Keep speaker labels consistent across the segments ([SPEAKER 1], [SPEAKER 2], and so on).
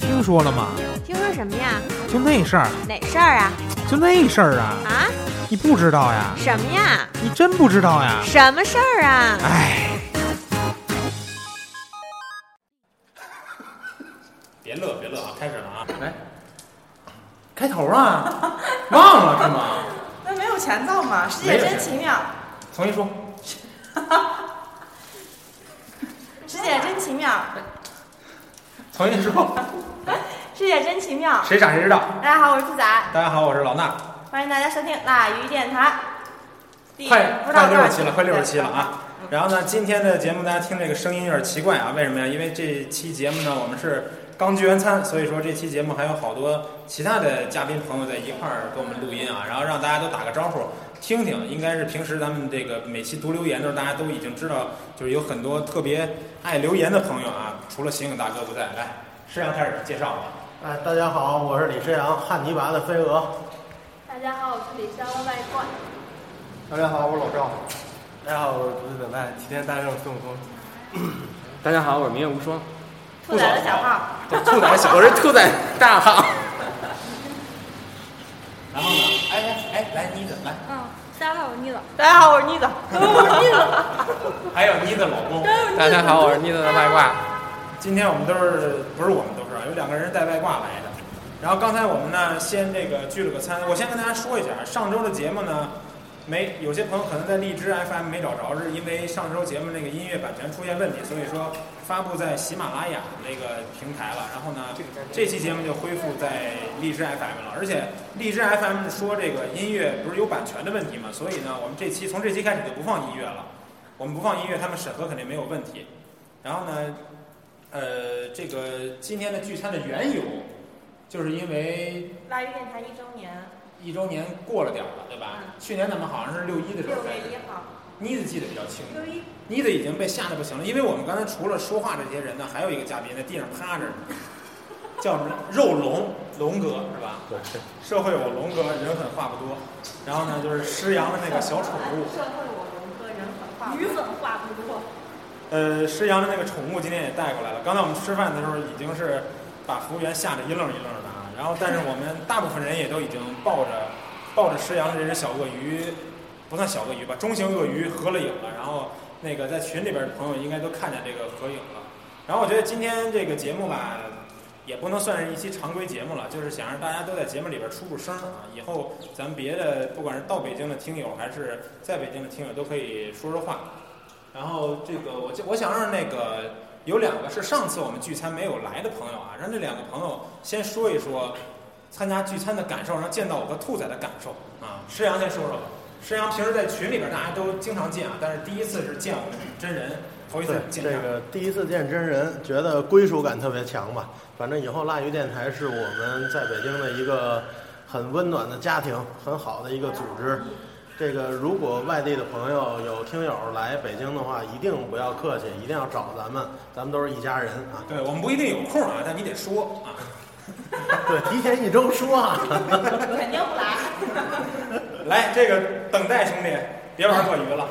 [SPEAKER 1] 听说了吗？
[SPEAKER 2] 听说什么呀？
[SPEAKER 1] 就那事儿，
[SPEAKER 2] 哪事儿啊？
[SPEAKER 1] 就那事儿啊，
[SPEAKER 2] 啊？
[SPEAKER 1] 你不知道呀？
[SPEAKER 2] 什么呀？
[SPEAKER 1] 你真不知道呀？
[SPEAKER 2] 什么事儿啊？
[SPEAKER 1] 哎，
[SPEAKER 3] 别乐，别乐啊！开始了啊！
[SPEAKER 4] 来，开头 啊，忘了是吗？
[SPEAKER 5] 那没有前奏嘛？世界真奇妙，
[SPEAKER 4] 重新说，
[SPEAKER 5] 世界真奇妙，
[SPEAKER 4] 重新说，
[SPEAKER 5] 世界真奇妙。
[SPEAKER 4] 谁傻谁知道？
[SPEAKER 5] 大家好，我是兔仔，
[SPEAKER 4] 大家好，我是老衲，
[SPEAKER 5] 欢迎大家收听辣鱼电台。第
[SPEAKER 4] 快
[SPEAKER 5] 不知道
[SPEAKER 4] 快
[SPEAKER 5] 多
[SPEAKER 4] 六
[SPEAKER 5] 少
[SPEAKER 4] 十期了，快六十期了啊！然后呢，今天的节目大家听这个声音有点奇怪啊，为什么呀？因为这期节目呢，我们是刚聚完餐，所以说这期节目还有好多其他的嘉宾朋友在一块儿跟我们录音啊，然后让大家都打个招呼，听听。应该是平时咱们这个每期读留言的时候，大家都已经知道，就是有很多特别爱留言的朋友啊，除了刑警大哥不在，来，石阳开始介绍吧。
[SPEAKER 6] 哎，大家好，我是李世阳，汉尼拔的飞蛾。
[SPEAKER 7] 大家好，我是李湘外挂。
[SPEAKER 6] 大家好，我老赵。大家好，我是竹子等待，齐天大圣孙悟空。
[SPEAKER 8] 大家好，我是明月无双，
[SPEAKER 5] 兔仔的小号，
[SPEAKER 4] 对兔仔小，
[SPEAKER 8] 我是兔仔大号。
[SPEAKER 4] 然后呢？哎哎哎，来妮子，来，
[SPEAKER 7] 嗯，大家好，我是妮子。
[SPEAKER 5] 大家好，我是妮子，
[SPEAKER 4] 还有妮子老公。
[SPEAKER 8] 大家好，我是妮子的外挂。
[SPEAKER 4] 今天我们都是不是我们都是啊，有两个人带外挂来的。然后刚才我们呢，先这个聚了个餐。我先跟大家说一下，上周的节目呢，没有些朋友可能在荔枝 FM 没找着，是因为上周节目那个音乐版权出现问题，所以说发布在喜马拉雅那个平台了。然后呢，这期节目就恢复在荔枝 FM 了。而且荔枝 FM 说这个音乐不是有版权的问题嘛，所以呢，我们这期从这期开始就不放音乐了。我们不放音乐，他们审核肯定没有问题。然后呢，呃，这个今天的聚餐的缘由，就是因为
[SPEAKER 5] 辣鱼电台一周年，
[SPEAKER 4] 一周年过了点儿了，对吧？去年咱们好像是六一的时候
[SPEAKER 5] 嗯六
[SPEAKER 4] 开
[SPEAKER 5] 月
[SPEAKER 4] 始
[SPEAKER 5] 一，号，
[SPEAKER 4] 妮子记得比较清楚，
[SPEAKER 5] 六一
[SPEAKER 4] 妮子已经被吓得不行了，因为我们刚才除了说话这些人呢，还有一个嘉宾在地上趴着呢，叫什么来？肉龙龙哥是吧？对，社会我龙哥人狠话不多，然后呢就是施阳的那个小宠物，
[SPEAKER 5] 社会我龙哥人狠话，
[SPEAKER 7] 女粉话不多。
[SPEAKER 4] 呃，施阳的那个宠物今天也带过来了。刚才我们吃饭的时候已经是把服务员吓得一愣一愣的啊。然后，但是我们大部分人也都已经抱着抱着施阳的这只小鳄鱼，不算小鳄鱼吧，中型鳄鱼合了影了。然后那个在群里边的朋友应该都看见这个合影了。然后我觉得今天这个节目吧，也不能算是一期常规节目了，就是想让大家都在节目里边出出声啊。以后咱们别的，不管是到北京的听友还是在北京的听友，都可以说说话。然后这个我就我想让那个有两个是上次我们聚餐没有来的朋友啊，让这两个朋友先说一说参加聚餐的感受，然后见到我和兔仔的感受啊。施阳先说说吧，施阳平时在群里边大家都经常见啊，但是第一次是见我们真人，头一次
[SPEAKER 6] 对，
[SPEAKER 4] 见
[SPEAKER 6] 这
[SPEAKER 4] 面。
[SPEAKER 6] 个第一次见真人，觉得归属感特别强吧。反正以后辣鱼电台是我们在北京的一个很温暖的家庭，很好的一个组织。这个如果外地的朋友有听友来北京的话，一定不要客气，一定要找咱们，咱们都是一家人啊。
[SPEAKER 4] 对我们不一定有空啊，但你得说啊。
[SPEAKER 6] 对，提前一周说啊。
[SPEAKER 5] 肯定不来。
[SPEAKER 4] 来，这个等待兄弟，别玩过鱼了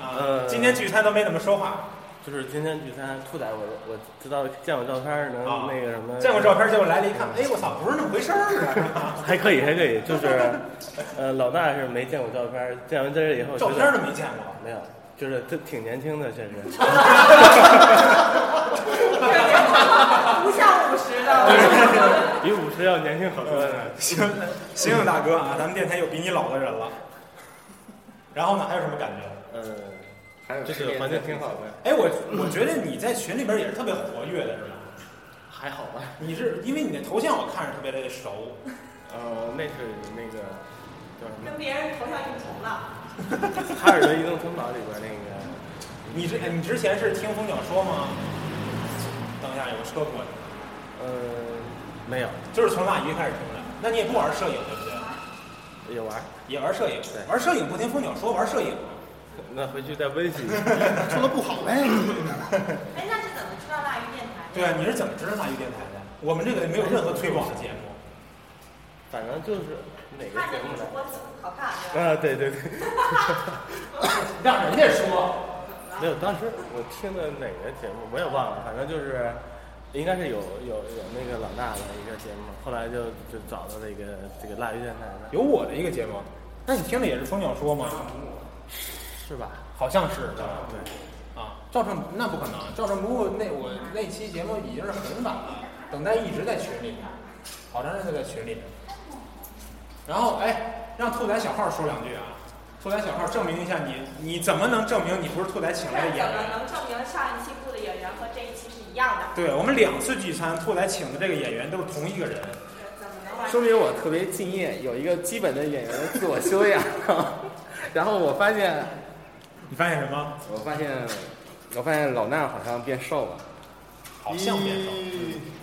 [SPEAKER 8] 呃
[SPEAKER 4] 啊！今天聚餐都没怎么说话，
[SPEAKER 8] 就是今天聚餐，兔仔我我知道见过照片，能
[SPEAKER 4] 啊
[SPEAKER 8] 那个什么，
[SPEAKER 4] 见过照片，结果来了一看，哎，我操，不是那么回事儿啊！
[SPEAKER 8] 还可以还可以， 就是，呃，老大是没见过照片，见完真人以后觉
[SPEAKER 4] 照
[SPEAKER 8] 得
[SPEAKER 4] 片都没见过。
[SPEAKER 8] 没有，就是这挺年轻的，确实。
[SPEAKER 5] 不像五十的，
[SPEAKER 8] 比五十要年轻好多了。
[SPEAKER 4] 嗯行，醒醒大哥啊，咱们电台有比你老的人了。然后呢，还有什么感觉？
[SPEAKER 8] 呃，还有就是环境挺好的，
[SPEAKER 4] 哎，我我觉得你在群里边也是特别活跃的，是吧？
[SPEAKER 8] 还好吧？
[SPEAKER 4] 你是因为你的头像我看着特别的熟，
[SPEAKER 8] 呃，那是那个叫什么
[SPEAKER 5] 跟别人头像不同了。
[SPEAKER 8] 《哈尔的移动城堡》里边那个，
[SPEAKER 4] 你之哎你之前是听风鸟说吗？等一下有个车过来，
[SPEAKER 8] 呃，没有，
[SPEAKER 4] 就是从腊鱼开始听的。那你也不玩摄影对不对？
[SPEAKER 8] 也玩儿。
[SPEAKER 4] 也玩摄影
[SPEAKER 8] 对，
[SPEAKER 4] 玩摄影不听风鸟说，玩摄影。
[SPEAKER 8] 那回去再温习一下。
[SPEAKER 6] 说的不好呗。
[SPEAKER 5] 哎，那是怎么知道辣鱼电台？
[SPEAKER 4] 对啊，你是怎么知道腊鱼电台的？我们这个没有任何推广的节目。
[SPEAKER 8] 反正就是哪个
[SPEAKER 5] 看
[SPEAKER 8] 节
[SPEAKER 5] 见
[SPEAKER 8] 目
[SPEAKER 5] 女主
[SPEAKER 8] 来？
[SPEAKER 5] 播好看，对
[SPEAKER 8] 啊，
[SPEAKER 5] 吧？
[SPEAKER 8] 对对对，
[SPEAKER 4] 让人家说，
[SPEAKER 8] 没有，当时我听的哪个节目我也忘了，反正就是应该是有有有那个老大的一个节目，后来就就找到这个这个腊鱼电台的，
[SPEAKER 4] 有我的一个节目，那你听的也是蜂鸟说吗？
[SPEAKER 8] 是吧？
[SPEAKER 4] 好像是对吧？对，啊，赵正那不可能，赵正不误那我那期节目已经是很晚了，等待一直在群里，好长时间在群里。然后哎，让兔仔小号说两句啊，兔仔小号证明一下你，你怎么能证明你不是兔仔请来
[SPEAKER 7] 哎
[SPEAKER 4] 的
[SPEAKER 5] 这
[SPEAKER 4] 演
[SPEAKER 5] 怎么
[SPEAKER 4] 员？
[SPEAKER 5] 能证明上一期雇的演员和这一期是一样的？
[SPEAKER 4] 对我们两次聚餐，兔仔请的这个演员都是同一个人。
[SPEAKER 5] 这怎么能完
[SPEAKER 9] 说明我特别敬业，有一个基本的演员的自我修养。然后我发现，
[SPEAKER 4] 你发现什么？
[SPEAKER 9] 我发现，我发现老衲好像变瘦了。
[SPEAKER 4] 好像变瘦，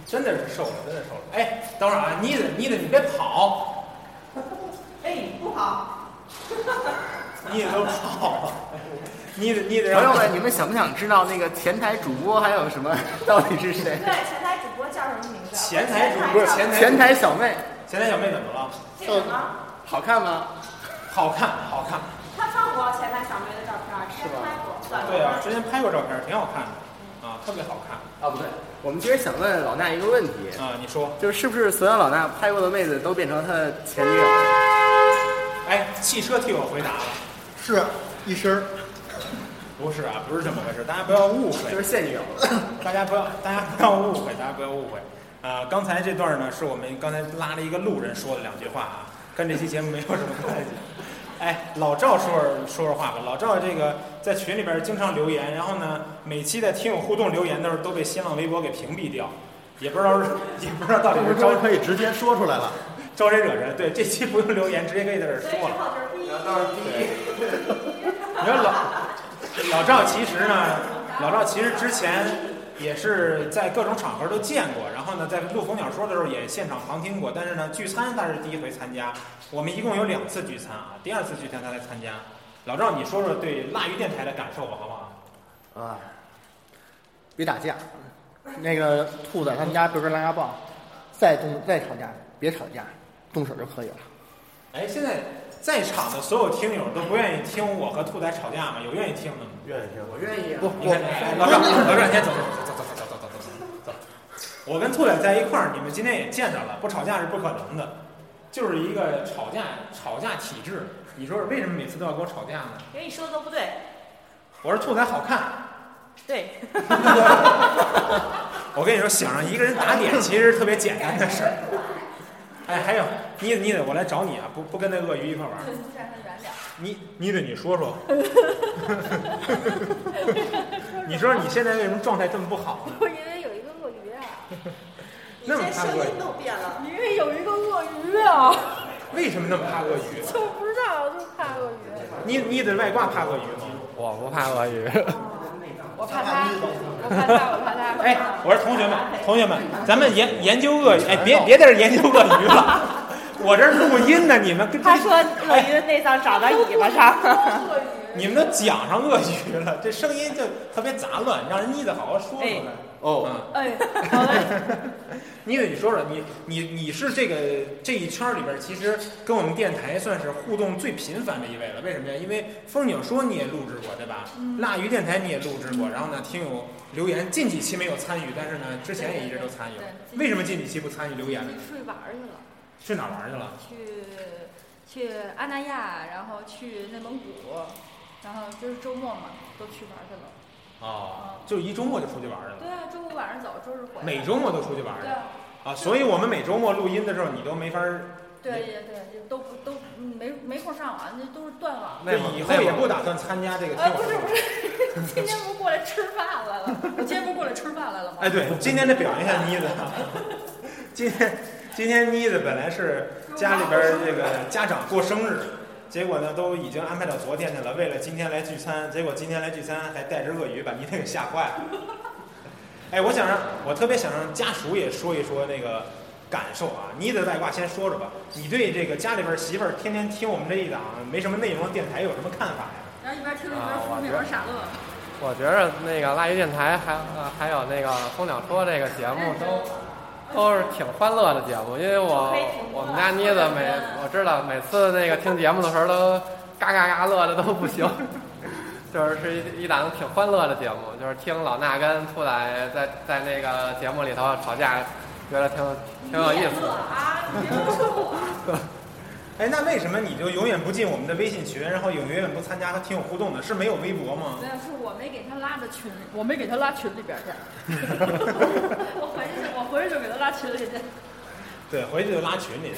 [SPEAKER 4] 真的是瘦了，真的是瘦了。哎，等会儿啊，妮子，妮子，你别跑，
[SPEAKER 5] 哎，不好，
[SPEAKER 4] 妮子都跑了， 妮子，妮子
[SPEAKER 9] 朋
[SPEAKER 4] 让
[SPEAKER 9] 友们，你们想不想知道那个前台主播还有什么 到底是谁
[SPEAKER 5] 对，？前台主播叫什么名字？啊
[SPEAKER 4] 前台主不是前台
[SPEAKER 9] 前台小妹，
[SPEAKER 4] 前台小妹怎么了？
[SPEAKER 5] 这个吗？
[SPEAKER 9] 好看吗？
[SPEAKER 4] 好看，好看。
[SPEAKER 5] 他放过前台小妹的照片，啊之前拍过，算
[SPEAKER 4] 对啊，之前拍过照片，挺好看的，啊，特别好看
[SPEAKER 9] 啊，不对，我们其实想问老衲一个问题，
[SPEAKER 4] 啊。你说，
[SPEAKER 9] 就是是不是所有老衲拍过的妹子都变成他的前女友？
[SPEAKER 4] 哎，汽车替我回答了，
[SPEAKER 6] 是一身儿
[SPEAKER 4] 不是啊，不是这么回事，大家不要误
[SPEAKER 9] 就
[SPEAKER 4] 会
[SPEAKER 9] 是，现女友？
[SPEAKER 4] 大家不要，大家不要误会，大家不要误会。啊，刚才这段呢，是我们刚才拉了一个路人说的两句话啊，跟这期节目没有什么关系。哎，老赵说说说话吧。老赵这个在群里边经常留言，然后呢，每期在听友互动留言的时候都被新浪微博给屏蔽掉，也不知道是也不知道到底
[SPEAKER 6] 这
[SPEAKER 4] 是
[SPEAKER 6] 不
[SPEAKER 4] 招
[SPEAKER 6] 终于可以直接说出来了。
[SPEAKER 4] 招谁惹谁？对，这期不用留言，直接可以在这儿
[SPEAKER 5] 所以
[SPEAKER 4] 说
[SPEAKER 5] 之
[SPEAKER 4] 了。
[SPEAKER 5] 后就是第一。
[SPEAKER 4] 你说老老赵其实呢，老赵其实之前也是在各种场合都见过，然后呢，在录蜂鸟说的时候也现场旁听过，但是呢，聚餐他是第一回参加。我们一共有两次聚餐啊，第二次聚餐他才参加。老赵，你说说对腊鱼电台的感受吧，好不好？
[SPEAKER 9] 啊，别打架。那个兔子他们家别玩狼牙棒，再动再吵架，别吵架，动手就可以了。
[SPEAKER 4] 哎，现在在场的所有听友都不愿意听我和兔仔吵架吗？有愿意听的吗？
[SPEAKER 6] 愿意听我
[SPEAKER 9] 愿意、啊。
[SPEAKER 4] 你看，哎老赵，老赵，你先走走走走走走走走走走。我跟兔仔在一块儿，你们今天也见着了，不吵架是不可能的，就是一个吵架吵架体制。你说为什么每次都要跟我吵架呢？
[SPEAKER 5] 给你说的都不对，
[SPEAKER 4] 我说兔仔好看，
[SPEAKER 5] 对，
[SPEAKER 4] 我跟你说，想让一个人打脸，其实是特别简单的事儿。哎，还有妮子，妮子，我来找你啊，不不跟那鳄鱼一块儿玩儿。
[SPEAKER 7] 让他远点。
[SPEAKER 4] 妮妮子，你说 说，你说你现在为什么状态这么不好呢？
[SPEAKER 7] 不是因为有一个鳄鱼 啊，
[SPEAKER 5] 你这声音都变了。
[SPEAKER 7] 因为有一个鳄鱼啊，
[SPEAKER 4] 为什么那么怕鳄鱼？
[SPEAKER 7] 就不知道就怕鳄鱼，
[SPEAKER 4] 妮妮子外挂怕鳄鱼吗？
[SPEAKER 9] 我不怕鳄鱼。
[SPEAKER 7] 我怕它，我怕它，我怕它。
[SPEAKER 4] 哎，我说同学们，同学们，咱们研研究鳄鱼，哎，别别在这儿研究鳄鱼了，我这儿录音呢，你们跟哎
[SPEAKER 5] 他说鳄鱼的内脏长在尾巴上。
[SPEAKER 7] 鳄鱼，
[SPEAKER 4] 你们都讲上鳄鱼了，这声音就特别杂乱，让人妮子好好说说
[SPEAKER 5] 哎
[SPEAKER 4] 来。
[SPEAKER 9] 哦，
[SPEAKER 7] 哎，好嘞，
[SPEAKER 4] 妮子，你说说，你你你是这个这一圈儿里边，其实跟我们电台算是互动最频繁的一位了。为什么呀？因为风景说你也录制过，对吧？腊鱼电台你也录制过，然后呢，听友留言，近几期没有参与，但是呢，之前也一直都参与了。
[SPEAKER 7] 对对
[SPEAKER 4] 为什么近几期不参与留言呢？
[SPEAKER 7] 去玩儿去了，
[SPEAKER 4] 去哪儿玩去了？
[SPEAKER 7] 去去阿那亚，然后去内蒙古，然后就是周末嘛，都去玩儿去了。
[SPEAKER 4] 哦，就一周末就出去玩儿去了，
[SPEAKER 7] 对啊，周五晚上走，周日回来。
[SPEAKER 4] 每周末都出去玩儿
[SPEAKER 7] 对
[SPEAKER 4] 去
[SPEAKER 7] 啊，
[SPEAKER 4] 啊，所以我们每周末录音的时候，你都没法儿，
[SPEAKER 7] 对对对，都不都嗯没没空上网，那都是断网。
[SPEAKER 4] 对，以后也不打算参加这个听
[SPEAKER 7] 呃，
[SPEAKER 4] 我
[SPEAKER 7] 不是不
[SPEAKER 4] 说。
[SPEAKER 7] 是，今天不是过来吃饭来了？我今天不是过来吃饭来了吗？
[SPEAKER 4] 哎，对，今天得表扬一下妮子啊，今天今天妮子本来是家里边儿这个家长过生日，结果呢都已经安排到昨天去了，为了今天来聚餐，结果今天来聚餐还带着鳄鱼，把妮子给吓坏了。哎，我想让我特别想让家属也说一说那个感受啊。妮子外挂先说说吧，你对这个家里边儿媳妇儿天天听我们这一档没什么内容的电台有什么看法呀？
[SPEAKER 7] 然后一边听着一
[SPEAKER 4] 啊
[SPEAKER 7] 边说那边傻乐。
[SPEAKER 9] 我觉着那个腊鱼电台还呃还有那个蜂鸟说这个节目都都是挺欢乐的节目，因为我我们家妮子每我知道每次那个听节目的时候都嘎嘎嘎乐的都不行。 就是是一一档挺欢乐的节目，就是听老衲跟兔仔在在那个节目里头吵架，觉得挺挺有意思的。
[SPEAKER 5] 啊，你别说我，
[SPEAKER 4] 哎，那为什么你就永远不进我们的微信群，然后也永远不参加和听友互动呢？是没有微博吗？
[SPEAKER 7] 那是我没给他拉的群，我没给他拉群里边去。 我回去就，我回去就给他拉群里去。
[SPEAKER 4] 对，回去就拉群里。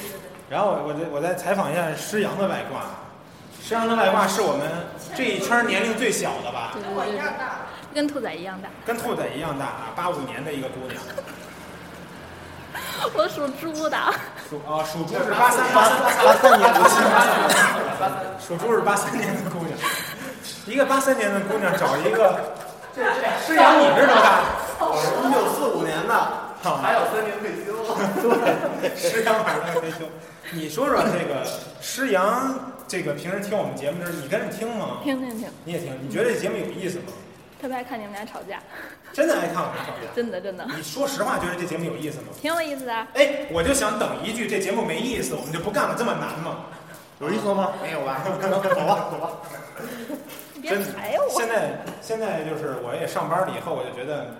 [SPEAKER 4] 然后我我再我再采访一下施洋的外挂，施洋的外挂是我们这一圈年龄最小的吧，
[SPEAKER 7] 跟我一样大，跟兔仔一样大。
[SPEAKER 4] 跟兔仔一样大啊，八五年的一个姑娘，
[SPEAKER 7] 我属猪的，
[SPEAKER 4] 属啊属猪是八三八三八三年的，属猪是八三年的姑娘，一个八三年的姑娘找一个，这这施洋你是多大？
[SPEAKER 6] 我是一九四五年的，
[SPEAKER 4] 还有三年退休，对，施洋马上要退休。你说说这个施洋，这个平时听我们节目的时候，你跟着听吗？
[SPEAKER 7] 听听听，
[SPEAKER 4] 你也听？你觉得这节目有意思吗？
[SPEAKER 7] 特别爱看你们俩吵架，
[SPEAKER 4] 真的爱看我们吵架？
[SPEAKER 7] 真的真的，
[SPEAKER 4] 你说实话，觉得这节目有意思吗？
[SPEAKER 7] 挺有意思的。
[SPEAKER 4] 哎，我就想等一句这节目没意思，我们就不干了，这么难吗？
[SPEAKER 6] 有意思吗？嗯没有啊吧？ 走吧，走吧。
[SPEAKER 7] 你别
[SPEAKER 4] 真的
[SPEAKER 7] 踩我，
[SPEAKER 4] 现在现在就是我也上班了以后，我就觉得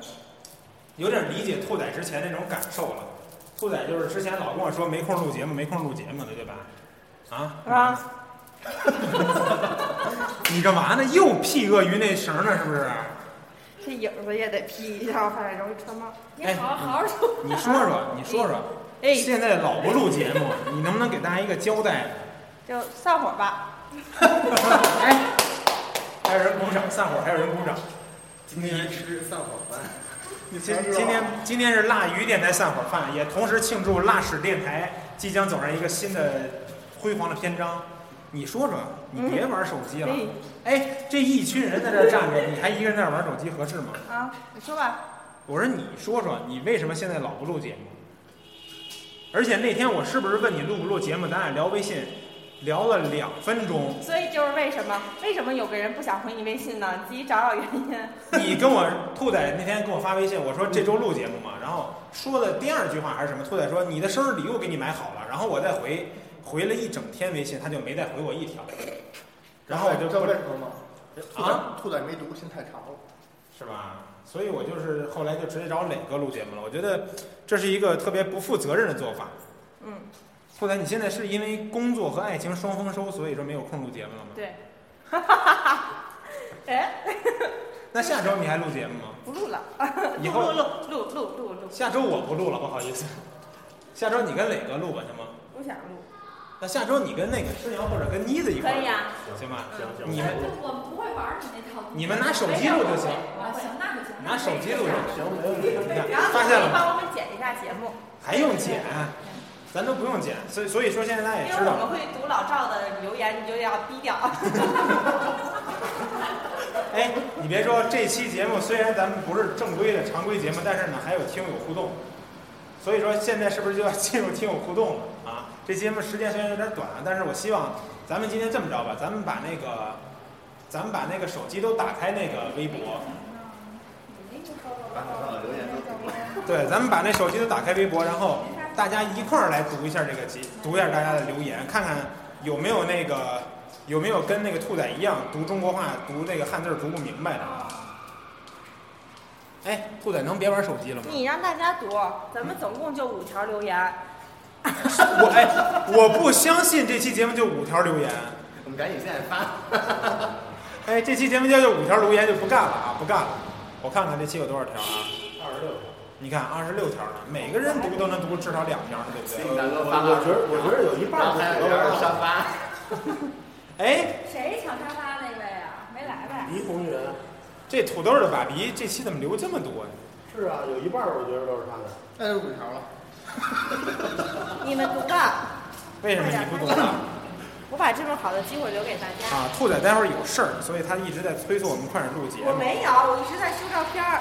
[SPEAKER 4] 有点理解兔仔之前那种感受了。兔仔就是之前老跟我说没空录节目，没空录节目的，对吧？啊？
[SPEAKER 5] 啊，
[SPEAKER 4] 你干嘛呢？又屁鳄鱼那绳儿呢？是不是？
[SPEAKER 5] 这影子也得 P 一下，反正容易穿帽。
[SPEAKER 7] 你好
[SPEAKER 4] 哎
[SPEAKER 7] 好好说。
[SPEAKER 4] 你说说，你说说。
[SPEAKER 5] 哎
[SPEAKER 4] 现在老不录节目，你能不能给大家一个交代？
[SPEAKER 5] 就散伙吧，
[SPEAKER 4] 哎，还有人鼓掌，散伙还有人鼓掌。
[SPEAKER 6] 今天吃散伙饭，
[SPEAKER 4] 今今天今天是辣鱼电台散伙饭，也同时庆祝辣屎电台即将走上一个新的辉煌的篇章。你说说，你别玩手机了。哎，这一群人在这儿站着，你还一个人在那儿玩手机合适吗？
[SPEAKER 5] 啊，你说吧，
[SPEAKER 4] 我说你说说，你为什么现在老不录节目？而且那天我是不是问你录不录节目？咱俩聊微信，聊了两分钟，
[SPEAKER 5] 所以就是为什么为什么有个人不想回你微信呢？你自己找找原因。
[SPEAKER 4] 你跟我兔仔那天跟我发微信，我说这周录节目嘛，然后说的第二句话还是什么？兔仔说你的生日礼物给你买好了，然后我再回回了一整天微信，他就没再回我一条，然后我就
[SPEAKER 6] 知道
[SPEAKER 4] 不
[SPEAKER 6] 为什么吗？
[SPEAKER 4] 啊，
[SPEAKER 6] 兔仔没毒性太长了。
[SPEAKER 4] 是吧？所以我就是后来就直接找磊哥录节目了。我觉得这是一个特别不负责任的做法。
[SPEAKER 5] 嗯，
[SPEAKER 4] 兔仔，你现在是因为工作和爱情双丰收，所以说没有空录节目了吗？
[SPEAKER 5] 对， 哎，
[SPEAKER 4] 那下周你还录节目吗？
[SPEAKER 5] 不录了，
[SPEAKER 4] 以
[SPEAKER 5] 录
[SPEAKER 4] 后
[SPEAKER 5] 录录录录录录，
[SPEAKER 4] 下周我不录了，不好意思。下周你跟磊哥录吧，行吗？
[SPEAKER 5] 不想录，
[SPEAKER 4] 那下周你跟那个施阳或者跟妮子一块
[SPEAKER 5] 可
[SPEAKER 4] 儿
[SPEAKER 5] 以啊，
[SPEAKER 4] 行吧？
[SPEAKER 6] 行行，
[SPEAKER 4] 你们
[SPEAKER 7] 哎我们不会玩你那套。
[SPEAKER 4] 你们拿手机录就行，
[SPEAKER 7] 啊，行，那就行。
[SPEAKER 4] 拿手机录就行。
[SPEAKER 6] 行，没问题。
[SPEAKER 4] 你看
[SPEAKER 5] 然后
[SPEAKER 4] 发
[SPEAKER 5] 你
[SPEAKER 4] 现了吗？
[SPEAKER 5] 帮我们剪一下节目，
[SPEAKER 4] 还用剪？啊咱都不用剪，所以所以说现在大家
[SPEAKER 5] 因
[SPEAKER 4] 也
[SPEAKER 5] 为
[SPEAKER 4] 知道
[SPEAKER 5] 我，们会读老赵的留言，你就要逼 掉。
[SPEAKER 4] 哎，你别说，这期节目虽然咱们不是正规的常规节目，但是呢还有听友互动，所以说现在是不是就要进入听友互动了啊？这节目时间虽然有点短啊，但是我希望咱们今天这么着吧，咱们把那个，咱们把那个手机都打开那个微博，对，咱们把那手机都打开微博，然后大家一块儿来读一下这个集，读一下大家的留言，看看有没有那个有没有跟那个兔仔一样读中国话读那个汉字儿读不明白的。哎，兔仔能别玩手机了吗？
[SPEAKER 5] 你让大家读，咱们总共就五条留言，
[SPEAKER 4] 我哎，我不相信这期节目就五条留言。
[SPEAKER 6] 我们赶紧现在发。
[SPEAKER 4] 哎，这期节目就就五条留言就不干了啊，不干了。我看看这期有多少条啊？二十六。你看二十六条呢，每个人读都能读至少两条呢，对不对？
[SPEAKER 6] 我我觉得我觉得有一半儿
[SPEAKER 8] 还有
[SPEAKER 6] 有
[SPEAKER 8] 人
[SPEAKER 6] 点
[SPEAKER 8] 是
[SPEAKER 6] 沙发。
[SPEAKER 4] 哎，
[SPEAKER 7] 谁抢沙发那个
[SPEAKER 5] 啊
[SPEAKER 7] 呀？没来呗？
[SPEAKER 6] 倪同学，
[SPEAKER 4] 这土豆的爸比这期怎么留这么多呀？
[SPEAKER 6] 是啊，有一半儿我觉得都是他的。
[SPEAKER 8] 那就五条了。
[SPEAKER 5] 你们读吧，
[SPEAKER 4] 为什么你不读呢？
[SPEAKER 5] 我把这么好的机会留给大家。
[SPEAKER 4] 啊，兔仔待会儿有事儿，所以他一直在催促我们快点录节
[SPEAKER 5] 我
[SPEAKER 4] 目。
[SPEAKER 5] 没有，我一直在修照片儿。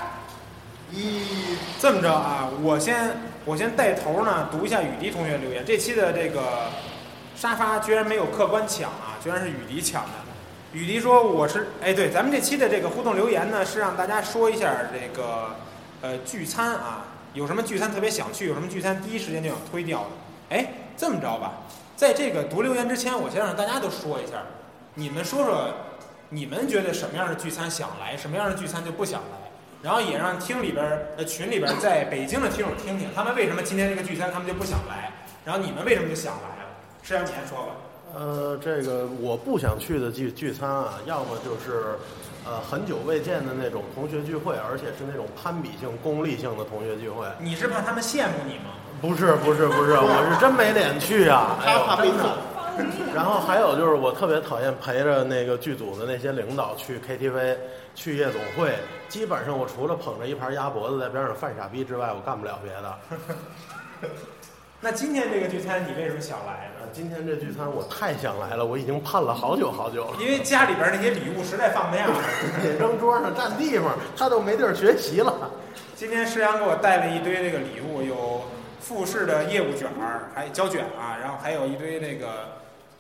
[SPEAKER 6] 一
[SPEAKER 4] 这么着啊，我先我先带头呢读一下雨迪同学留言。这期的这个沙发居然没有客观抢啊，居然是雨迪抢的。雨迪说我是哎对，咱们这期的这个互动留言呢是让大家说一下这个呃聚餐啊，有什么聚餐特别想去，有什么聚餐第一时间就想推掉的。哎，这么着吧，在这个读留言之前，我先让大家都说一下，你们说说你们觉得什么样的聚餐想来，什么样的聚餐就不想来，然后也让厅里边儿呃群里边儿在北京的听友听听，他们为什么今天这个聚餐他们就不想来，然后你们为什么就想来了？石阳，你先说吧。
[SPEAKER 6] 呃，这个我不想去的聚聚餐啊，要么就是，呃，很久未见的那种同学聚会，而且是那种攀比性、功利性的同学聚会。
[SPEAKER 4] 你是怕他们羡慕你吗？
[SPEAKER 6] 不是不是不是，我是真没脸去啊！哎呦
[SPEAKER 3] 他怕被
[SPEAKER 6] 真的然后还有就是，我特别讨厌陪着那个剧组的那些领导去 KTV、去夜总会。基本上我除了捧着一盘鸭脖子在边上犯傻逼之外，我干不了别的。
[SPEAKER 4] 那今天这个聚餐你为什么想来呢？
[SPEAKER 6] 呃今天这聚餐我太想来了，我已经盼了好久好久了。
[SPEAKER 4] 因为家里边儿那些礼物实在放不下了。
[SPEAKER 6] 得扔桌上占地方，他都没地儿学习了。
[SPEAKER 4] 今天石阳给我带了一堆那个礼物，有富士的业务卷儿，还有胶卷啊，然后还有一堆那个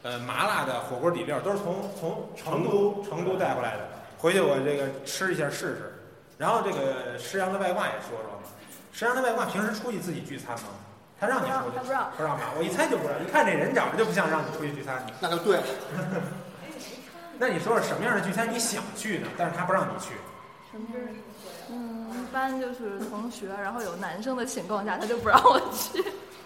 [SPEAKER 4] 呃麻辣的火锅底料，都是从从成都成都带回来的。回去我这个吃一下试试。然后这个石阳的外挂也说说嘛，石阳的外挂平时出去自己聚餐吗？他让你出去，
[SPEAKER 2] 不让
[SPEAKER 4] 不让吧？我一猜就不让，一看这人长得就不像让你出去聚餐。
[SPEAKER 3] 那就对了。
[SPEAKER 4] 那你说说什么样的聚餐你想去呢？但是他不让你去，
[SPEAKER 7] 什么就是嗯，一般就是同学，然后有男生的情况下，他就不让我去，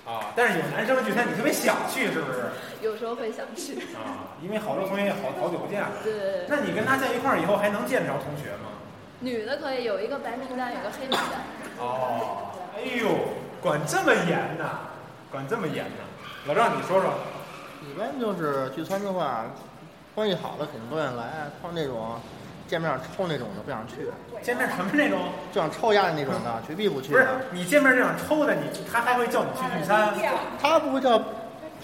[SPEAKER 4] 啊，但是有男生的聚餐你特别想去，是不是？
[SPEAKER 7] 有时候会想去。
[SPEAKER 4] 啊，因为好多同学也好好久不见了。
[SPEAKER 7] 对，
[SPEAKER 4] 那你跟他在一块儿以后还能见着同学吗？
[SPEAKER 7] 女的可以有一个白名单，有一个黑名单。
[SPEAKER 4] 哦，哎呦，管这么严呐、管这么严呐、老赵，你说说，
[SPEAKER 3] 一般就是聚餐的话，关系好的肯定都愿意来，碰那种见面抽那种的不想去，
[SPEAKER 4] 见面什么那种？
[SPEAKER 3] 就想抽丫的那种的绝逼不去
[SPEAKER 4] 不是
[SPEAKER 10] 啊
[SPEAKER 3] 的。
[SPEAKER 4] 你见面这样抽的，你他还会叫你去聚餐？
[SPEAKER 3] 他不会叫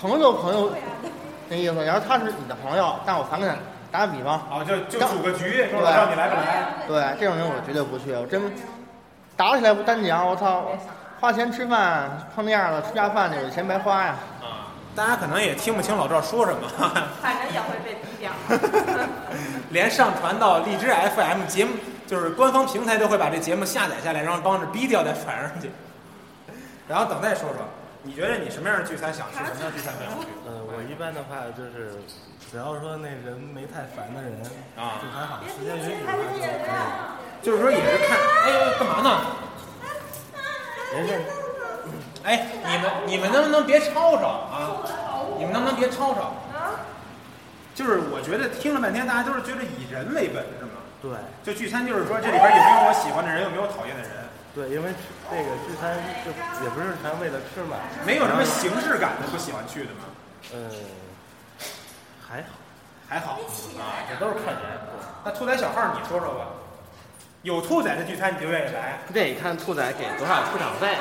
[SPEAKER 3] 朋友朋友那意思，然后他是你的朋友，但我谈个打个比方，
[SPEAKER 4] 啊，就就组个局，说老赵你来不来？
[SPEAKER 3] 对这种人我绝对不去，我真打起来不单讲，我操，花钱吃饭碰那样的吃下饭去，有钱白花呀。
[SPEAKER 4] 啊，大家可能也听不清老赵说什么，
[SPEAKER 5] 反正也会被逼掉。
[SPEAKER 4] 连上传到荔枝 FM 节目，就是官方平台都会把这节目下载下来，然后帮着逼掉再传上去。然后等再说说，你觉得你什么样的聚餐想去，什么样的聚餐不想去？
[SPEAKER 8] 呃，我一般的话就是，只要说那人没太烦的人
[SPEAKER 4] 啊
[SPEAKER 8] 就还好，时间允许的话就可
[SPEAKER 4] 就是说也是看，哎呦，干嘛呢？
[SPEAKER 8] 以。人家
[SPEAKER 4] 哎，你们你们能不能别吵吵啊？你们能不能别吵吵？
[SPEAKER 5] 啊
[SPEAKER 4] 就是我觉得听了半天，大家都是觉得以人为本，是吗？
[SPEAKER 8] 对
[SPEAKER 4] 就聚餐就是说这里边有没有我喜欢的人，有没有讨厌的人，
[SPEAKER 8] 对，因为这个聚餐就也不是咱为了吃嘛，
[SPEAKER 4] 没有什么形式感的不喜欢去的吗？
[SPEAKER 8] 呃，还好，
[SPEAKER 4] 还好啊，
[SPEAKER 8] 也都是看人。
[SPEAKER 4] 那兔仔小号你说说吧，有兔仔的聚餐你就愿意来
[SPEAKER 9] 这看兔仔给多少出场费，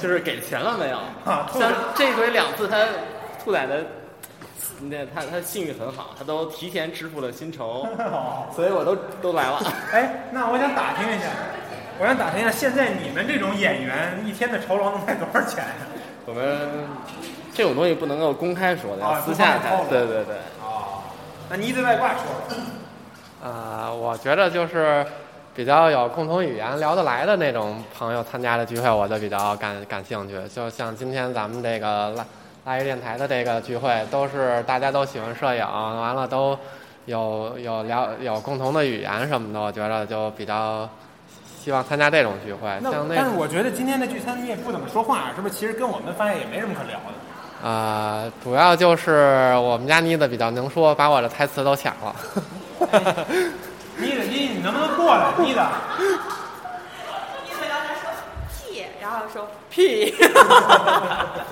[SPEAKER 9] 就是给钱了没有？
[SPEAKER 4] 啊？兔仔
[SPEAKER 9] 像这回两次他兔仔的，那他他信誉很好，他都提前支付了薪酬， 所以我都都来了。
[SPEAKER 4] 哎，那我想打听一下，我想打听一下，现在你们这种演员一天的酬劳能卖多少钱啊呀、
[SPEAKER 9] 我们这种东西不能够公开说的，
[SPEAKER 4] 啊
[SPEAKER 9] 要私下
[SPEAKER 4] 不能
[SPEAKER 9] 谈
[SPEAKER 4] 透露。
[SPEAKER 9] 对对对。
[SPEAKER 4] 哦，那你得外挂说说。
[SPEAKER 9] 啊、我觉得就是比较有共同语言、聊得来的那种朋友参加的聚会，我就比较感感兴趣。就像今天咱们这个拉拉鱼电台的这个聚会，都是大家都喜欢摄影，完了都有有聊有共同的语言什么的，我觉得就比较希望参加这种聚会。像那
[SPEAKER 4] 但是
[SPEAKER 9] 种
[SPEAKER 4] 我觉得今天的聚餐你也不怎么说话，是不是？其实跟我们发现也没什么可聊的。
[SPEAKER 9] 啊、主要就是我们家妮子比较能说，把我的台词都抢了。
[SPEAKER 4] 妮子，妮，你能不能过来？妮子，
[SPEAKER 5] 一回到那说屁，然后说
[SPEAKER 9] 屁！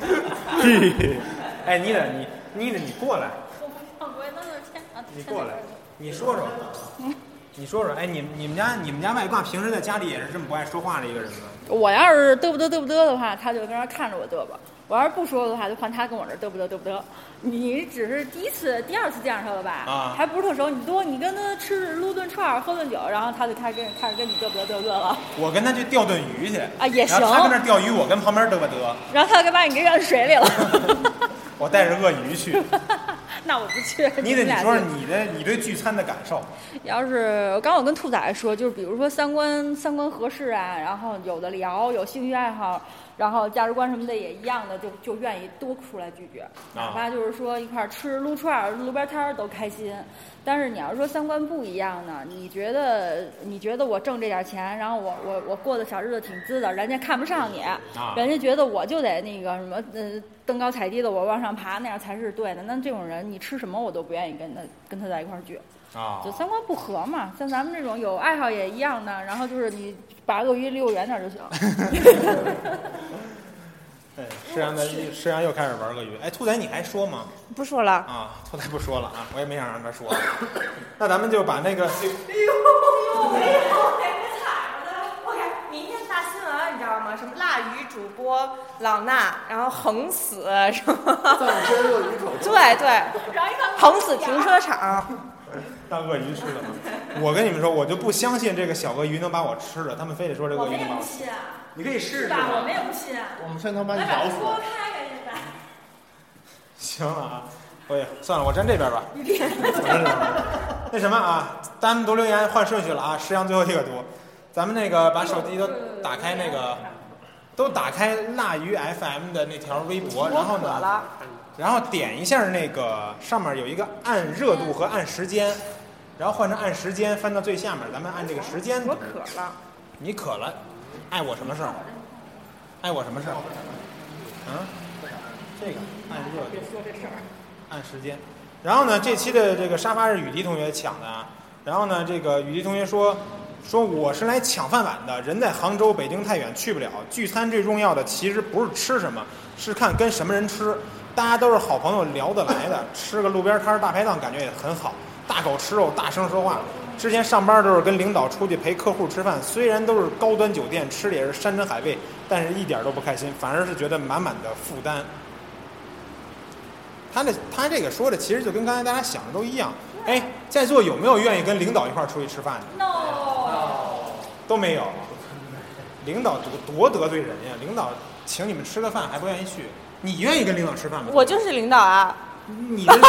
[SPEAKER 4] 哎，妮子，你，妮子，你过来，
[SPEAKER 7] 我不会弄成这样。
[SPEAKER 4] 你过来，你说说，
[SPEAKER 7] 嗯
[SPEAKER 4] 你说说，哎，你们你们家你们家外挂平时在家里也是这么不爱说话的一个人吗？
[SPEAKER 7] 我要是嘚不嘚嘚不嘚的话，他就跟那儿看着我嘚吧；我要是不说的话，就换他跟我这儿嘚不嘚嘚不嘚。你只是第一次、第二次见着他了吧？
[SPEAKER 4] 啊
[SPEAKER 7] 还不是特熟。你多，你跟他吃撸顿串儿、喝顿酒，然后他就开始跟你开始跟你嘚不嘚嘚不嘚了。
[SPEAKER 4] 我跟他去钓炖鱼去
[SPEAKER 7] 啊也
[SPEAKER 4] 然后他
[SPEAKER 7] 行
[SPEAKER 4] 跟那儿钓鱼，我跟旁边嘚吧嘚，
[SPEAKER 7] 然后他就把你给扔水里了。
[SPEAKER 4] 我带着鳄鱼去。
[SPEAKER 7] 那我不去。
[SPEAKER 4] 妮子，你
[SPEAKER 7] 们俩
[SPEAKER 4] 说说
[SPEAKER 7] 去
[SPEAKER 4] 你的你对聚餐的感受。
[SPEAKER 7] 要是我刚我跟兔仔说，就是比如说三观三观合适啊，然后有的聊，有兴趣爱好，然后价值观什么的也一样的，就就愿意多出来聚聚，哪怕就是说一块儿吃撸串儿、路边摊儿都开心。但是你要说三观不一样呢，你觉得你觉得我挣这点钱，然后我我我过的小日子挺滋的，人家看不上你，
[SPEAKER 4] 啊
[SPEAKER 7] 人家觉得我就得那个什么呃登高踩低的我往上爬，那样才是对的。那这种人你吃什么我都不愿意跟他跟他在一块儿聚。
[SPEAKER 4] 啊
[SPEAKER 7] 就三观不合嘛，像咱们这种有爱好也一样的，然后就是你把鳄鱼离我远点儿就行。
[SPEAKER 4] 哎，施阳的施阳又开始玩鳄鱼。哎，兔仔你还说吗？
[SPEAKER 5] 不说了，
[SPEAKER 4] 啊，兔仔不说了啊，我也没想让他说。 那咱们就把那个
[SPEAKER 5] 我看明天大新闻，你知道吗？什么辣鱼主播老衲，然后横死什么？
[SPEAKER 6] 葬身鳄鱼口。
[SPEAKER 5] 对对，横死停车场。
[SPEAKER 4] 大鳄鱼吃了吗？我跟你们说，我就不相信这个小鳄鱼能把我吃了，他们非得说这个鳄鱼能把我吃。
[SPEAKER 5] 信啊，
[SPEAKER 4] 你可以试试
[SPEAKER 5] 是吧？我们也不信啊。
[SPEAKER 3] 我们先头把你咬死。
[SPEAKER 5] 开开现在。
[SPEAKER 4] 行了啊，我也算了，我站这边 吧。我站这边吧那什么啊，单独留言换顺序了啊，石阳最后一个读。咱们那个把手机都打开那个，
[SPEAKER 5] 哎
[SPEAKER 4] 都打开辣鱼 FM 的那条微博，然后呢，然后点一下那个上面有一个按热度和按时间，然后换成按时间，翻到最下面，咱们按这个时间读。
[SPEAKER 5] 我渴了，
[SPEAKER 4] 你渴了，碍我什么事儿？碍我什么事儿？啊？这个按热度，按时间。然后呢，这期的这个沙发是雨迪同学抢的啊。然后呢，这个雨迪同学说，说我是来抢饭碗的，人在杭州、北京太远去不了。聚餐最重要的其实不是吃什么，是看跟什么人吃。大家都是好朋友，聊得来的，吃个路边摊儿大排档感觉也很好。大口吃肉，大声说话。之前上班的时候跟领导出去陪客户吃饭，虽然都是高端酒店，吃的也是山珍海味，但是一点都不开心，反而是觉得满满的负担。他这他这个说的其实就跟刚才大家想的都一样。哎，在座有没有愿意跟领导一块儿出去吃饭的？都没有。领导多多得罪人呀！领导请你们吃个饭还不愿意去，你愿意跟领导吃饭吗？
[SPEAKER 5] 我就是领导啊，
[SPEAKER 4] 你跟你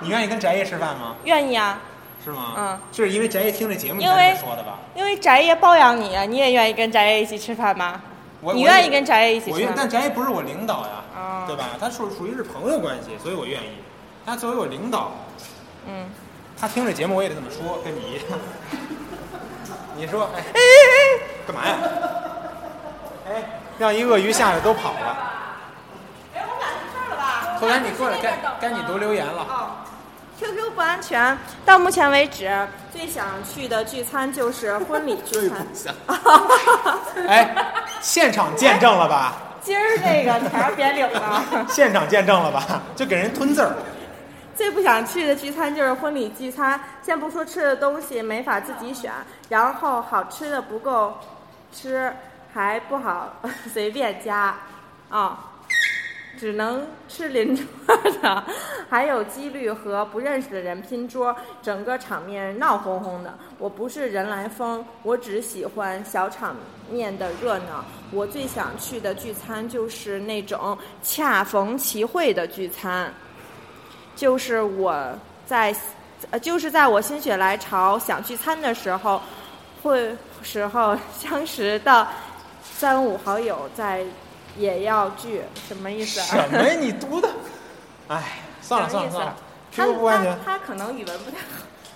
[SPEAKER 4] 你愿意跟翟爷吃饭吗？
[SPEAKER 5] 愿意啊，
[SPEAKER 4] 是吗？
[SPEAKER 5] 嗯，
[SPEAKER 4] 这是因为翟爷听这节目
[SPEAKER 5] 因为
[SPEAKER 4] 才说的吧？
[SPEAKER 5] 因为翟爷包养你啊，你也愿意跟翟爷一起吃饭吗？
[SPEAKER 4] 我
[SPEAKER 5] 你
[SPEAKER 4] 我
[SPEAKER 5] 愿
[SPEAKER 4] 也
[SPEAKER 5] 意跟翟爷一起
[SPEAKER 4] 我
[SPEAKER 5] 吃
[SPEAKER 4] 愿，但
[SPEAKER 5] 饭？
[SPEAKER 4] 翟爷不是我领导呀，
[SPEAKER 5] 啊
[SPEAKER 4] 对吧？他属属于是朋友关系，所以我愿意。他作为我领导，
[SPEAKER 5] 嗯，
[SPEAKER 4] 他听这节目我也得这么说，跟你一样。 你说，哎，干嘛呀？哎，让一鳄鱼下来都跑了。
[SPEAKER 5] 哎，我俩没事了吧？
[SPEAKER 4] 后来你过来，该该你读留言了。
[SPEAKER 5] 哦，QQ 不安全。到目前为止，最想去的聚餐就是婚礼 聚餐。
[SPEAKER 4] 哎，现场见证了 吧？
[SPEAKER 5] 今儿这个条儿别领了。
[SPEAKER 4] 现场见证了吧？就给人吞字儿。
[SPEAKER 5] 最不想去的聚餐就是婚礼聚餐，先不说吃的东西没法自己选，然后好吃的不够吃，还不好 随便加，啊、只能吃邻桌的，还有几率和不认识的人拼桌，整个场面闹哄哄的。我不是人来疯，我只喜欢小场面的热闹。我最想去的聚餐就是那种恰逢其会的聚餐。就是我在，呃，就是在我心血来潮想聚餐的时候，会时候相识的三五好友在也要聚，什么意思啊？
[SPEAKER 4] 什么呀？你读的？哎，算了算了算了。
[SPEAKER 5] 他
[SPEAKER 4] Q 不安全
[SPEAKER 5] 他他可能语文不太好。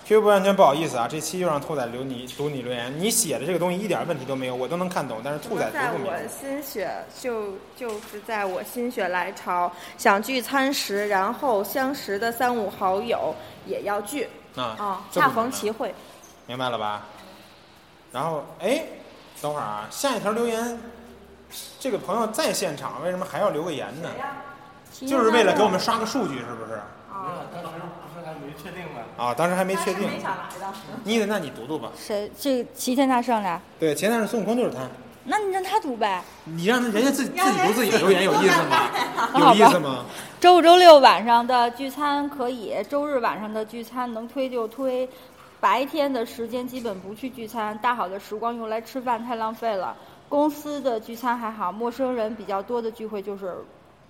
[SPEAKER 4] ，Q 不安全，不好意思啊，这期又让兔仔留你读你留言。你写的这个东西一点问题都没有，我都能看懂，但是兔仔
[SPEAKER 5] 在
[SPEAKER 4] 读不明
[SPEAKER 5] 我
[SPEAKER 4] 白。
[SPEAKER 5] 心血就就是在我心血来潮想聚餐时，然后相识的三五好友也要聚
[SPEAKER 4] 啊
[SPEAKER 5] 啊、，
[SPEAKER 4] 这不
[SPEAKER 5] 恰逢其会。
[SPEAKER 4] 明白了吧？然后，哎，等会儿啊，下一条留言，这个朋友在现场，为什么还要留个言呢？就是为了给我们刷个数据，是不是？
[SPEAKER 8] 不是还没确定吗？
[SPEAKER 4] 啊，当时还没确定。
[SPEAKER 5] 没少来的。
[SPEAKER 4] 妮子，那你读读吧。
[SPEAKER 7] 谁这齐天大圣俩？
[SPEAKER 4] 对，前段是孙悟空就是他。
[SPEAKER 7] 那你让他读呗。
[SPEAKER 4] 你让人家自己自己读自己留言有意思吗？有
[SPEAKER 7] 好吧
[SPEAKER 4] 意思吗？
[SPEAKER 7] 周五、周六晚上的聚餐可以，周日晚上的聚餐能推就推。白天的时间基本不去聚餐，大好的时光用来吃饭太浪费了。公司的聚餐还好，陌生人比较多的聚会就是，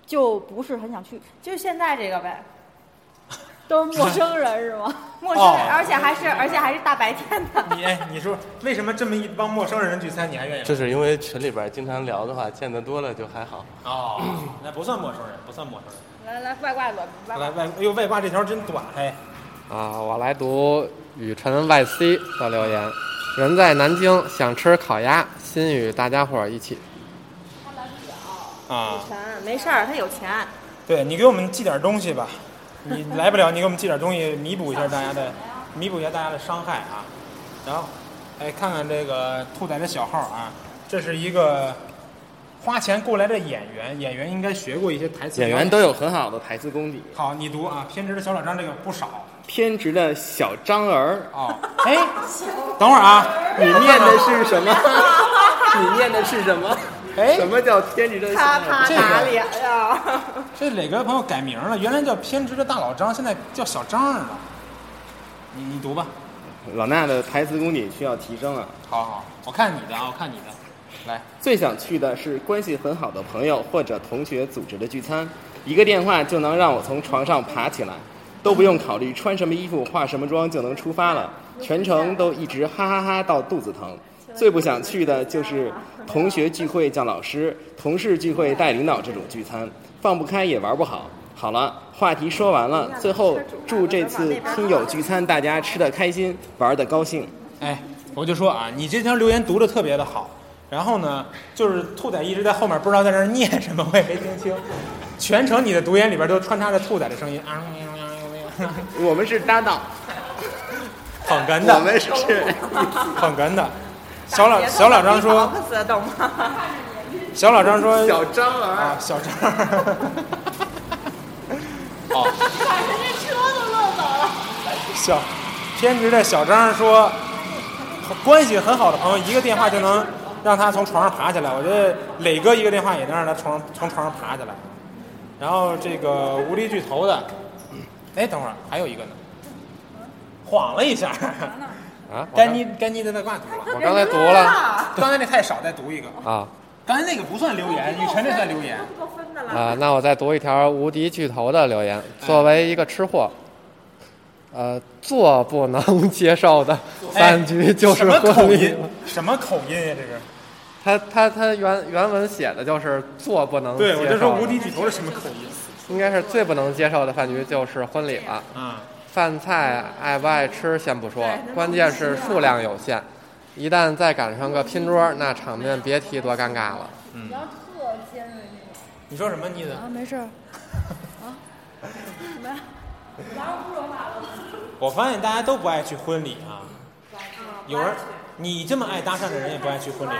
[SPEAKER 7] 就不是很想去，
[SPEAKER 5] 就现在这个呗，哎
[SPEAKER 7] 都是陌生人 是吗？
[SPEAKER 5] 陌生人，
[SPEAKER 4] 哦
[SPEAKER 5] 而且还是而且还是大白天的。
[SPEAKER 4] 你哎，你说为什么这么一帮陌生人聚餐你还愿意？
[SPEAKER 8] 这是因为群里边经常聊的话，见得多了就还好。
[SPEAKER 4] 哦，那不算陌生人，不算陌生人。
[SPEAKER 7] 来来，外挂吧，外
[SPEAKER 4] 来外，哎呦，外挂这条真短，嘿，
[SPEAKER 9] 啊，我来读雨辰 YC 的留言。人在南京，想吃烤鸭，心与大家伙儿一起。
[SPEAKER 4] 啊，
[SPEAKER 5] 全嗯没事儿，他有钱。
[SPEAKER 4] 对你给我们寄点东西吧，你来不了，你给我们寄点东西，弥补一下大家的，弥补一下大家的伤害啊。然后，哎，看看这个兔仔的小号啊，这是一个花钱过来的演员，演员应该学过一些台词。
[SPEAKER 8] 演员都有很好的台词功底。
[SPEAKER 4] 好，你读啊，偏执的小老张这个不少
[SPEAKER 8] 偏执的小张儿，
[SPEAKER 4] 哦。哎，等会儿啊，
[SPEAKER 8] 你念的是什么？ 你念的是什么？
[SPEAKER 4] 哎
[SPEAKER 8] 什么叫偏执的小
[SPEAKER 5] 啪
[SPEAKER 8] 张儿？
[SPEAKER 5] 啪
[SPEAKER 4] 这个
[SPEAKER 5] 打脸呀！
[SPEAKER 4] 这磊哥朋友改名了，原来叫偏执的大老张，现在叫小张儿了。你你读吧，
[SPEAKER 8] 老衲的台词功底需要提升啊！
[SPEAKER 4] 好好，我看你的啊，我看你的，来。
[SPEAKER 8] 最想去的是关系很好的朋友或者同学组织的聚餐，一个电话就能让我从床上爬起来，都不用考虑穿什么衣服、化什么妆就能出发了，全程都一直哈哈哈到肚子疼。最不想去的就是同学聚会叫老师，同事聚会带领导这种聚餐，放不开也玩不好。好了，话题说完了，最后祝这次听友聚餐大家吃得开心，玩得高兴。
[SPEAKER 4] 哎，我就说啊，你这条留言读的特别的好，然后呢，就是兔仔一直在后面不知道在那儿念什么，我也没听清，全程你的读言里边都穿插着兔仔的声音，啊，
[SPEAKER 8] 我们是搭档，
[SPEAKER 4] 很哏
[SPEAKER 8] 我
[SPEAKER 4] 的，
[SPEAKER 8] 们是。
[SPEAKER 4] 很哏的。小老小老张说，
[SPEAKER 5] 死懂吗？
[SPEAKER 4] 小老张说，
[SPEAKER 8] 小张儿、
[SPEAKER 4] 啊，小张，哦，
[SPEAKER 7] 把人家车都乱走了。
[SPEAKER 4] 小偏执的小张说，关系很好的朋友，一个电话就能让他从床上爬起来。我觉得磊哥一个电话也能让他床从床上爬起来。然后这个无力巨头的，哎，等会儿还有一个呢，晃了一下，
[SPEAKER 9] 啊，我
[SPEAKER 4] 该
[SPEAKER 9] 刚
[SPEAKER 4] 你该你的那挂读了。
[SPEAKER 9] 我刚才读了
[SPEAKER 4] 刚才那太少，再读一个。
[SPEAKER 9] 啊
[SPEAKER 4] 刚才那个不算留 言，雨辰这算留言。
[SPEAKER 5] 不够分的了。
[SPEAKER 9] 啊，那我再读一条无敌巨头的留言。
[SPEAKER 4] 嗯
[SPEAKER 9] 作为一个吃货，呃，做不能接受的饭局就是
[SPEAKER 4] 哎什么口
[SPEAKER 9] 婚礼
[SPEAKER 4] 音。？什么口音呀、这是？
[SPEAKER 9] 他他他原原文写的就是做不能接
[SPEAKER 4] 对，
[SPEAKER 9] 受
[SPEAKER 4] 我
[SPEAKER 9] 的，
[SPEAKER 4] 就说无敌巨头是什么口音
[SPEAKER 9] 应该是最不能接受的饭局就是婚礼了。
[SPEAKER 4] 啊？
[SPEAKER 9] 饭菜爱不爱吃先不说，关键是数量有限，一旦再赶上个拼桌，那场面别提多尴尬了。
[SPEAKER 4] 你说什么妮子？
[SPEAKER 7] 啊，没事儿。
[SPEAKER 4] 我发现大家都不爱去婚礼啊。有人，你这么爱搭讪的人也不爱去婚礼。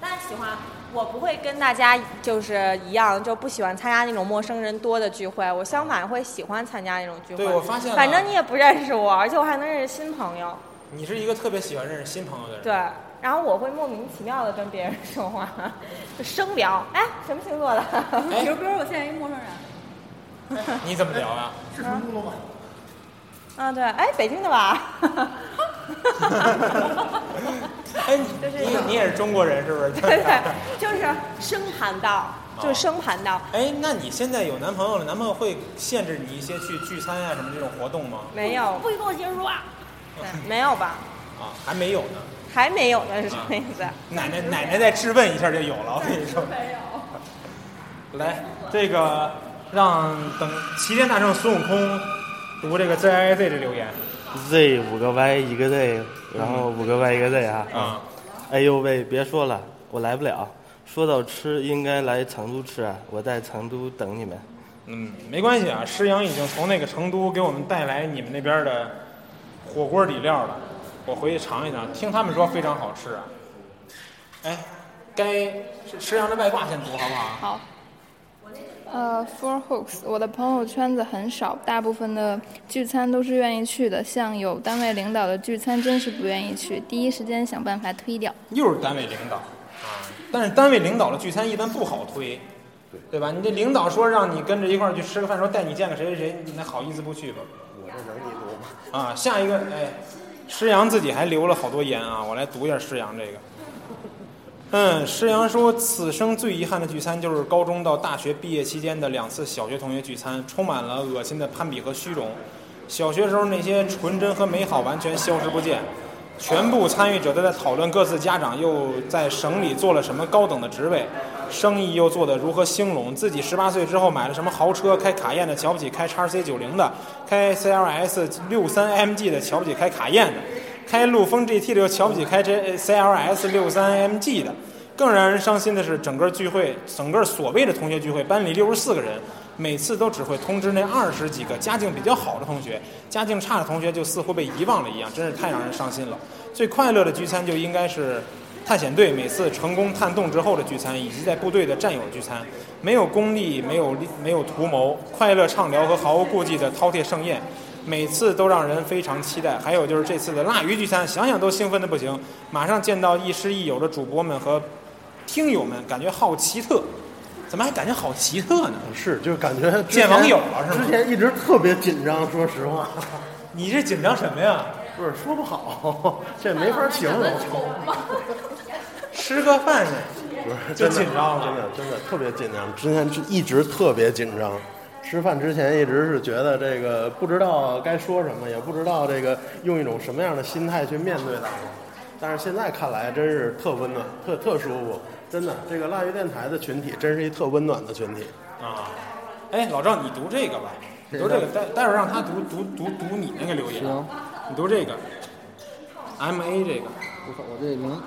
[SPEAKER 5] 但喜欢，我不会跟大家就是一样，就不喜欢参加那种陌生人多的聚会。我相反会喜欢参加那种聚会。
[SPEAKER 4] 对我发现了
[SPEAKER 5] 反正你也不认识我，而且我还能认识新朋友。
[SPEAKER 4] 你是一个特别喜欢认识新朋友的人。
[SPEAKER 5] 对，然后我会莫名其妙的跟别人说话，就生聊。哎，什么星座的？
[SPEAKER 4] 哎
[SPEAKER 7] 刘哥，我现在一陌生人。
[SPEAKER 4] 你怎么聊啊？
[SPEAKER 5] 啊，对，哎，北京的吧？
[SPEAKER 4] 哎，你
[SPEAKER 5] 就是
[SPEAKER 4] 你你也是中国人是不是？
[SPEAKER 5] 对对，就是生盘道，就是生盘道。
[SPEAKER 4] 哎，那你现在有男朋友了，男朋友会限制你一些去聚餐啊什么这种活动吗？
[SPEAKER 5] 没有，
[SPEAKER 7] 不许跟我接着说话。
[SPEAKER 5] 对没有吧？
[SPEAKER 4] 啊，还没有呢。
[SPEAKER 5] 还没有呢，是什么意思？
[SPEAKER 4] 奶奶奶奶再质问一下就有了，我跟你说。来，这个让等齐天大圣孙悟空读这个 Z I Z 的留言
[SPEAKER 8] Z 五个 Y 一个 Z，然后五个 Y 一个 Z 啊。
[SPEAKER 4] 啊。
[SPEAKER 8] 哎呦喂，别说了，我来不了。说到吃，应该来成都吃啊，我在成都等你们。
[SPEAKER 4] 嗯，没关系啊，施洋已经从那个成都给我们带来你们那边的火锅底料了，我回去尝一尝，听他们说非常好吃啊。哎，该施施洋的外挂先读好不啊好？
[SPEAKER 11] 好。呃、f o r Hooks，我的朋友圈子很少，大部分的聚餐都是愿意去的，像有单位领导的聚餐真是不愿意去，第一时间想办法推掉。
[SPEAKER 4] 又是单位领导啊，但是单位领导的聚餐一般不好推，对吧？你这领导说让你跟着一块儿去吃个饭，说带你见个谁谁谁，你那好意思不去吧？我这能你读吗？啊，下一个，哎，施洋自己还留了好多言啊，我来读一下施洋这个。嗯，施洋说，此生最遗憾的聚餐就是高中到大学毕业期间的两次小学同学聚餐，充满了恶心的攀比和虚荣。小学时候那些纯真和美好完全消失不见，全部参与者都在讨论各自家长又在省里做了什么高等的职位，生意又做得如何兴隆，自己十八岁之后买了什么豪车，开卡宴的瞧不起开叉 C 九零的，开 CLS 六三 MG 的瞧不起开卡宴的，开陆风 GT 的又瞧不起开这呃 CLS 六三 MG 的。更让人伤心的是，整个聚会，整个所谓的同学聚会，班里六十四个人，每次都只会通知那二十几个家境比较好的同学，家境差的同学就似乎被遗忘了一样，真是太让人伤心了。最快乐的聚餐就应该是探险队每次成功探洞之后的聚餐，以及在部队的战友聚餐，没有功利，没有利没有图谋，快乐畅聊和毫无顾忌的饕餮盛宴。每次都让人非常期待。还有就是这次的腊鱼聚餐，想想都兴奋的不行。马上见到亦师亦友的主播们和听友们，感觉好奇特，怎么还感觉好奇特呢？
[SPEAKER 6] 是，就是感觉之前
[SPEAKER 4] 见网友了是
[SPEAKER 6] 之
[SPEAKER 4] 吗？
[SPEAKER 6] 前一直特别紧张，说实话，
[SPEAKER 4] 你这紧张什么呀？
[SPEAKER 6] 不是说不好， 这没法形容，
[SPEAKER 4] 吃个饭呢？
[SPEAKER 6] 不是
[SPEAKER 4] 就
[SPEAKER 6] 真的
[SPEAKER 4] 紧张了
[SPEAKER 6] 真的真的特别紧张，之前一直特别紧张。吃饭之前一直是觉得这个不知道该说什么，也不知道这个用一种什么样的心态去面对它。但是现在看来，真是特温暖，特特舒服，真的。这个腊鱼电台的群体真是一特温暖的群体。
[SPEAKER 4] 啊，哎，老赵，你读这个吧，你读这个，待待会儿让他读读读读你那个留言，
[SPEAKER 10] 行，
[SPEAKER 4] 你读这个，M A 这个，
[SPEAKER 10] 我看我这零，哦，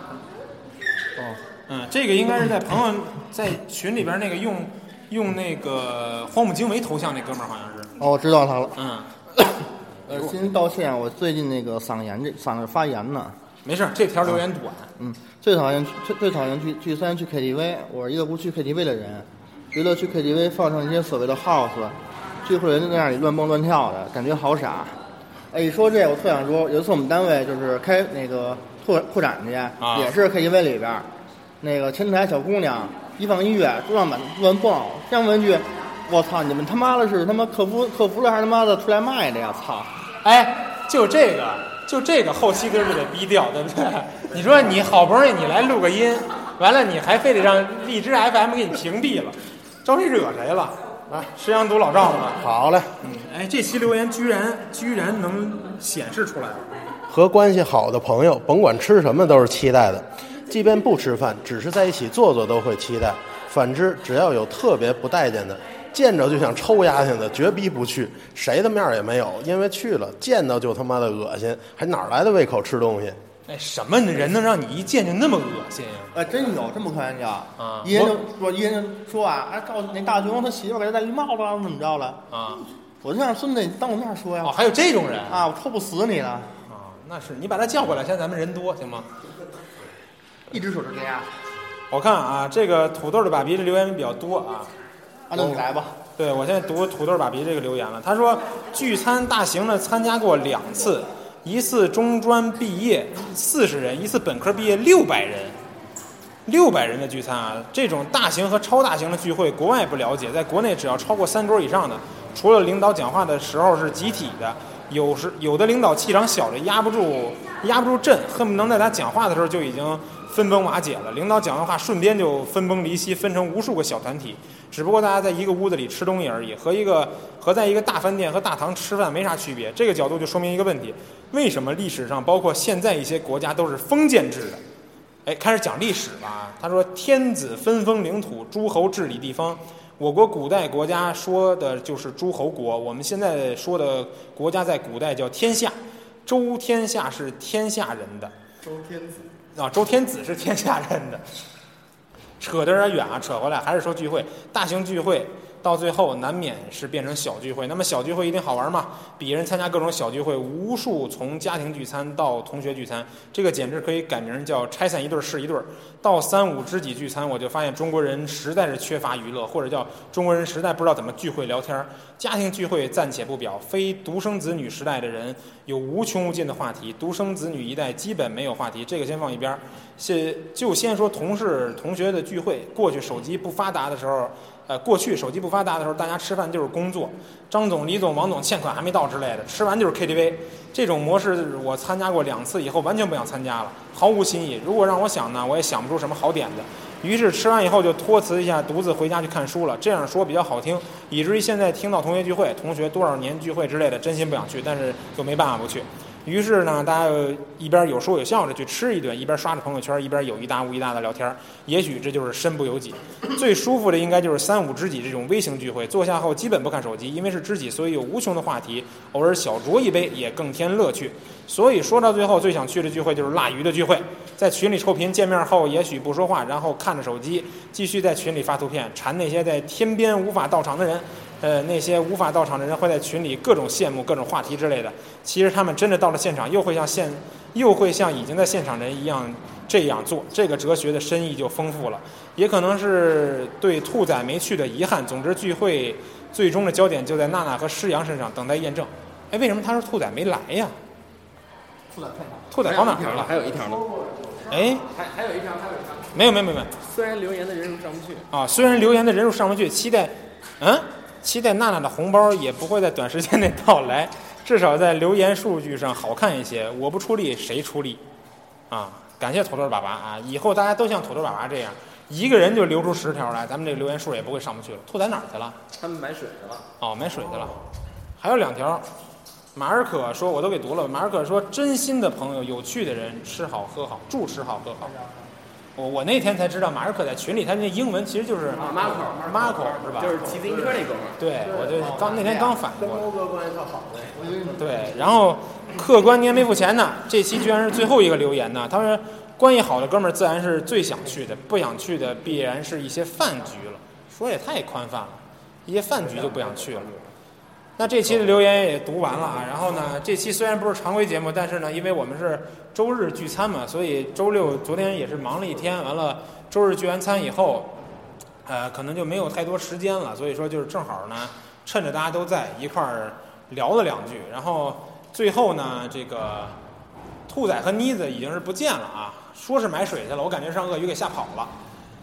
[SPEAKER 4] 嗯，这个应该是在朋友在群里边那个用用那个荒木经惟头像那哥们儿好像是，
[SPEAKER 10] 哦，我知道 他了。
[SPEAKER 4] 嗯，
[SPEAKER 10] 呃，先道歉，我最近那个嗓炎这嗓子发炎呢。
[SPEAKER 4] 没事儿，这条留言短，啊
[SPEAKER 10] 嗯，最讨厌去最最讨厌去聚餐去 KTV，我是一个不去 KTV 的人，觉得去 KTV 放上一些所谓的 house，聚会人在那里乱蹦乱跳的感觉好傻。哎，一说这我特想说，有一次我们单位就是开那个拓拓展去，也是 KTV 里边儿，那个前台小姑娘一放音乐，桌上满乱蹦，这样问一句：“我操，你们他妈的是他妈客服客服了还是他妈的出来卖的呀？操！”
[SPEAKER 4] 哎，就这个，就这个，后期根儿就得逼掉，对不对？ 你说你好不容易你来录个音，完了你还非得让荔枝 FM 给你屏蔽了，招谁惹谁了？来，石羊读老赵吧。
[SPEAKER 6] 好嘞，
[SPEAKER 4] 嗯，哎，这期留言居然居然能显示出来了。
[SPEAKER 6] 和关系好的朋友，甭管吃什么都是期待的，即便不吃饭，只是在一起坐坐都会期待。反之，只要有特别不待见的，见着就想抽丫挺的，绝逼不去，谁的面儿也没有，因为去了见到就他妈的恶心，还哪儿来的胃口吃东西？
[SPEAKER 4] 哎，什么人能让你一见就那么恶心呀、
[SPEAKER 10] 哎，真有这么看人家
[SPEAKER 4] 啊
[SPEAKER 10] 一人就说一人就说啊，哎，赵那大熊他媳妇儿给他戴绿帽子了，怎么着了？
[SPEAKER 4] 啊？
[SPEAKER 10] 我就让孙子你当我面说呀
[SPEAKER 4] 哦，，还有这种人啊、
[SPEAKER 10] 啊，我抽不死你了，
[SPEAKER 4] 那是你把他叫过来，现在咱们人多行吗？
[SPEAKER 10] 一只手指这样，
[SPEAKER 4] 我看啊，这个土豆的爸比这留言比较多啊。
[SPEAKER 10] 啊，那你来吧，
[SPEAKER 4] 对，我现在读土豆爸比这个留言了。他说，聚餐大型的参加过两次，一次中专毕业四十人，一次本科毕业六百人，六百人的聚餐啊，这种大型和超大型的聚会，国外不了解，在国内只要超过三桌以上的，除了领导讲话的时候是集体的，有时有的领导气场小的压不住压不住阵，恨不能在他讲话的时候就已经分崩瓦解了。领导讲完话，瞬间就分崩离析，分成无数个小团体。只不过大家在一个屋子里吃东西而已，和一个和在一个大饭店和大堂吃饭没啥区别。这个角度就说明一个问题：为什么历史上包括现在一些国家都是封建制的？哎，开始讲历史吧。他说：“天子分封领土，诸侯治理地方。我国古代国家说的就是诸侯国，我们现在说的国家在古代叫天下。周天下是天下人的，周天子啊，周天子是天下人的。扯得有点远啊，扯回来还是说聚会，大型聚会到最后难免是变成小聚会。那么小聚会一定好玩吗？鄙人参加各种小聚会，无数从家庭聚餐到同学聚餐，这个简直可以改名叫“拆散一对儿是一对儿”。到三五知己聚餐，我就发现中国人实在是缺乏娱乐，或者叫中国人实在不知道怎么聚会聊天儿。家庭聚会暂且不表，非独生子女时代的人有无穷无尽的话题，独生子女一代基本没有话题，这个先放一边儿。是就先说同事同学的聚会，过去手机不发达的时候，呃，过去手机不发达的时候，大家吃饭就是工作，张总、李总、王总欠款还没到之类的，吃完就是 KTV。这种模式我参加过两次，以后完全不想参加了，毫无新意。如果让我想呢，我也想不出什么好点子。于是吃完以后就托辞一下，独自回家去看书了。这样说比较好听，以至于现在听到同学聚会、同学多少年聚会之类的，真心不想去，但是又没办法不去。于是呢，大家呃一边有说有笑着去吃一顿，一边刷着朋友圈，一边有一搭无一搭的聊天儿。也许这就是身不由己。最舒服的应该就是三五知己这种微型聚会，坐下后基本不看手机，因为是知己，所以有无穷的话题，偶尔小酌一杯也更添乐趣。所以说到最后，最想去的聚会就是辣鱼的聚会，在群里臭贫，见面后也许不说话，然后看着手机，继续在群里发图片，馋那些在天边无法到场的人。呃，那些无法到场的人会在群里各种羡慕、各种话题之类的。其实他们真的到了现场，又会像现，又会像已经在现场人一样这样做。这个哲学的深意就丰富了，也可能是对兔仔没去的遗憾。总之，聚会最终的焦点就在娜娜和施洋身上，等待验证。哎，为什么他说兔仔没来呀？兔仔跑哪儿 了？
[SPEAKER 8] 还有一条呢，
[SPEAKER 4] 哎，
[SPEAKER 8] 还还有一条，还有一条。
[SPEAKER 4] 没有没有没有没有
[SPEAKER 8] 虽然留言的人数上不去，
[SPEAKER 4] 啊！虽然留言的人数上不去，期待，嗯，期待娜娜的红包也不会在短时间内到来， 至少在留言数据上好看一些。我不出力，谁出力？啊，感谢土豆爸爸啊！以后大家都像土豆爸爸这样，一个人就留出十条来，咱们这留言数也不会上不去了。兔仔哪儿去了？
[SPEAKER 8] 他们买水去了。
[SPEAKER 4] 哦，买水去了。还有两条，马尔可说我都给读了。马尔可说，真心的朋友，有趣的人，吃好喝好，住吃好喝好。我我那天才知道，马尔可在群里，他那英文其实就是
[SPEAKER 8] 啊，Marco
[SPEAKER 4] Marco 是吧？
[SPEAKER 8] 就是骑自行车那哥们儿。
[SPEAKER 4] 对，我就刚那天刚反应
[SPEAKER 6] 跟
[SPEAKER 4] 过来。
[SPEAKER 6] 欧哦哥关系特好的，我觉得
[SPEAKER 4] 对，然后客官您没付钱呢，这期居然是最后一个留言呢。他说，关系好的哥们儿自然是最想去的，不想去的必然是一些饭局了。说也太宽泛了，一些饭局就不想去了。那这期的留言也读完了啊，然后呢，这期虽然不是常规节目，但是呢，因为我们是周日聚餐嘛，所以周六昨天也是忙了一天，完了周日聚完餐以后，呃，可能就没有太多时间了，所以说就是正好呢，趁着大家都在一块儿聊了两句，然后最后呢，这个兔仔和妮子已经是不见了啊，说是买水去了，我感觉让鳄鱼给吓跑了。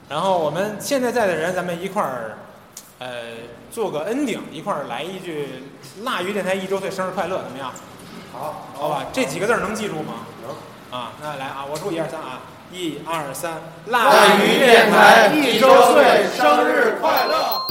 [SPEAKER 4] 然后我们现在在的人，咱们一块儿，呃，做个 ending，一块儿来一句“腊鱼电台一周岁生日快乐”，怎么样？
[SPEAKER 6] 好，
[SPEAKER 4] 好吧，这几个字儿能记住吗？
[SPEAKER 6] 能。
[SPEAKER 4] 啊，那来啊，我数一二三啊，一二三，
[SPEAKER 10] 大鱼电台一周岁生日快乐！